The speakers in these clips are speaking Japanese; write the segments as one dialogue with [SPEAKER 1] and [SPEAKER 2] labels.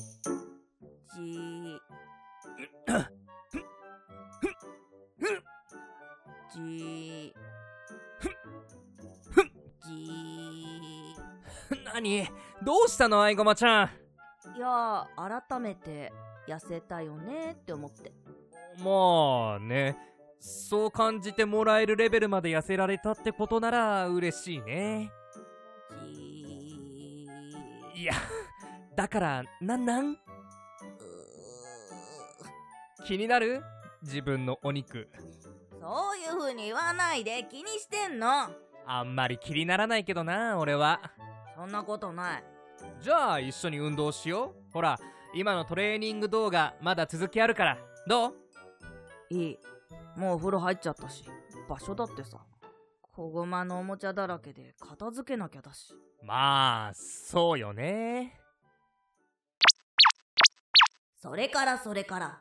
[SPEAKER 1] じ、じ、じ、
[SPEAKER 2] 何どうしたのアイゴマちゃん
[SPEAKER 1] いやー、改めて痩せたよねって思って。
[SPEAKER 2] まあねそう感じてもらえるレベルまで痩せられたってことなら嬉しいね
[SPEAKER 1] じ、
[SPEAKER 2] いやだからなんなん気になる自分のお肉
[SPEAKER 1] そういう風に言わないで気にしてんの。
[SPEAKER 2] あんまり気にならないけどな俺は
[SPEAKER 1] そんなことない。
[SPEAKER 2] じゃあ一緒に運動しようほら今のトレーニング動画まだ続きあるからどう
[SPEAKER 1] いい。もうお風呂入っちゃったし、場所だってさ。小駒のおもちゃだらけで片付けなきゃだし。
[SPEAKER 2] まあそうよね
[SPEAKER 1] それからそれから。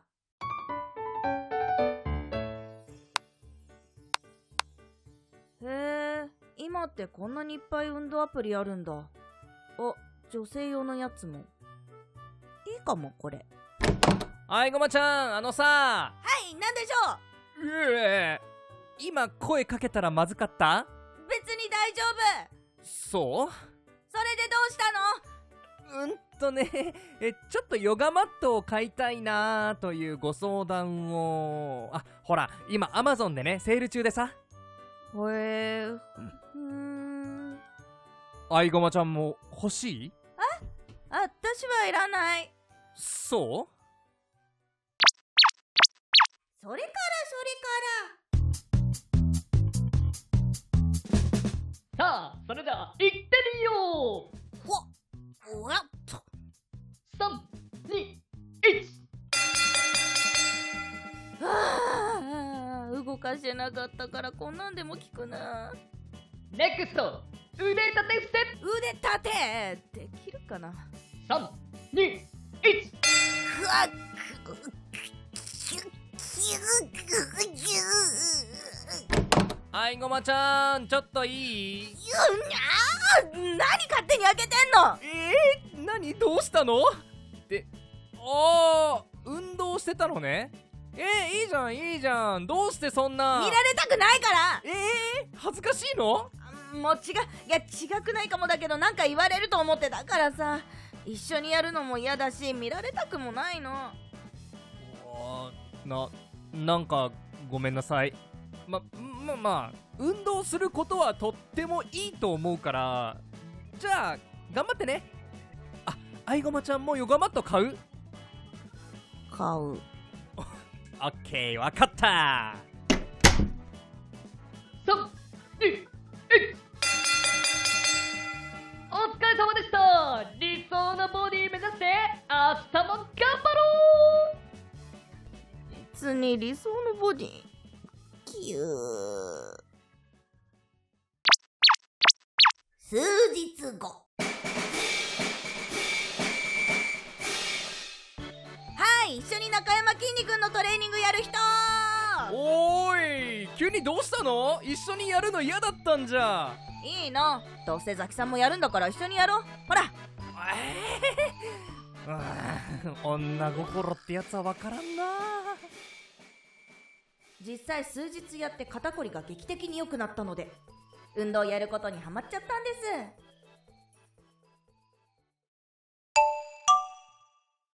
[SPEAKER 1] へえ、今ってこんなにいっぱい運動アプリあるんだ。あ、女性用のやつも。いいかも、これ。は
[SPEAKER 2] あいごまちゃんあのさ
[SPEAKER 1] い、なんでしょ
[SPEAKER 2] うえ今声かけたらまずかった
[SPEAKER 1] う別に大丈夫そ
[SPEAKER 2] そ
[SPEAKER 1] れでどうしたの
[SPEAKER 2] ううんとねえちょっとヨガマットを買いたいなというご相談をあほら今アマゾンでねセール中でさ
[SPEAKER 1] へえ、うーん。
[SPEAKER 2] あいごまちゃんも欲しい
[SPEAKER 1] あ、私はいらない。
[SPEAKER 2] そう
[SPEAKER 1] それから
[SPEAKER 3] さあ、それでは、行ってみよう
[SPEAKER 1] それから。おらっと。
[SPEAKER 3] !3、2、1!
[SPEAKER 1] ああ、動かしてなかったからこんなんでも効くな。
[SPEAKER 3] ネクスト腕立て伏せ
[SPEAKER 1] 腕立てできるかな
[SPEAKER 3] !3、2、1!
[SPEAKER 2] あいごまちゃんちょっといい
[SPEAKER 1] 何勝手に開けてんの
[SPEAKER 2] えー、何どうしたのってああ運動してたのねえー、いいじゃんいいじゃんどうしてそんな
[SPEAKER 1] 見られたくないから
[SPEAKER 2] えー、恥ずかしいの
[SPEAKER 1] もう違ういや違くないかもだけどなんか言われると思ってだからさ一緒にやるのも嫌だし見られたくもないの
[SPEAKER 2] あーななんかごめんなさいまままあ運動することはとってもいいと思うからじゃあ頑張ってねああいごまちゃんもヨガマット買う
[SPEAKER 1] 買う
[SPEAKER 2] オッケーわかった
[SPEAKER 3] 3、2、1! お疲れ様でした理想のボディ目指して、明日も頑張ろう
[SPEAKER 1] 別に理想のボディキュー数日後はい一緒に中山きんに君のトレーニングやる人
[SPEAKER 2] おーい急にどうしたの一緒にやるの嫌だったんじゃ
[SPEAKER 1] いいのどうせザキさんもやるんだから一緒にやろうほら
[SPEAKER 2] うーん女心ってやつは分からんな
[SPEAKER 1] 実際数日やって肩こりが劇的に良くなったので運動やることにハマっちゃったんです